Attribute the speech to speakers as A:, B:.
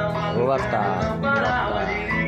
A: かった。よかった。